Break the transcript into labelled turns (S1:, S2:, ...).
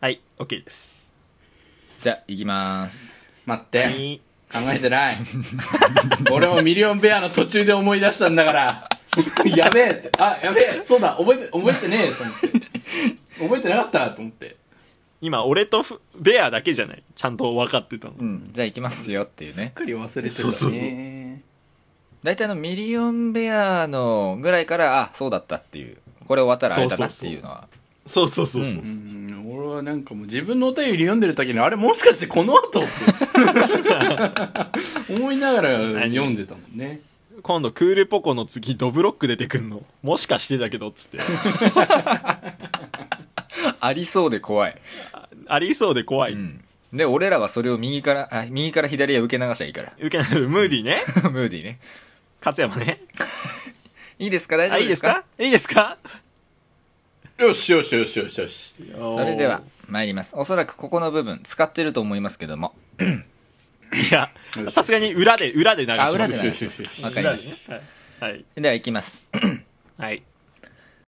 S1: はい、OK です。
S2: じゃあ、行きます。
S3: 待って、
S1: はい
S3: 考えてない俺もミリオンベアの途中で思い出したんだからやべえってあやべえそうだ覚えて覚えてねえと思って覚えてなかったと思って
S1: 今、俺とふベアだけじゃない。ちゃんと分かってたの。
S2: うん。じゃあ行きますよっていう
S3: すっ
S2: ね。
S3: かり忘れてたね
S1: そうそうそう
S2: 大体あのミリオンベアのぐらいから、あ、そうだったっていう。これ終わったらあれだなっていうのは。
S1: そうそうそうそう。
S2: う
S3: うん俺はなんかもう自分のお便り読んでる時にあれもしかしてこの後 って思いながら読んでたもんね
S1: 今度、クールポコの次、ドブロック出てくんの。もしかしてだけど、 つって。
S2: ありそうで怖い。
S1: ありそうで怖い。
S2: うん。で、俺らはそれを右から、あ右から左へ受け流しゃいいから。
S1: 受けないムーディね。
S2: ムーディね。
S1: 勝山ね。
S2: いいですか大丈
S1: あ、い
S2: 夫
S1: い
S2: で
S1: ですす
S2: か
S1: かいいですか
S3: よしよしよしよしよし
S1: そ
S2: それでは、参ります。おそらくここの部分、使ってると思いますけども。
S1: いや、さすがに裏で、裏で流します。
S2: あ裏で
S3: よしよしよしよし
S2: わかり
S1: 裏
S2: ま
S1: で
S2: し
S1: ね。はい。はい。
S2: た。では、行きます。
S1: はい。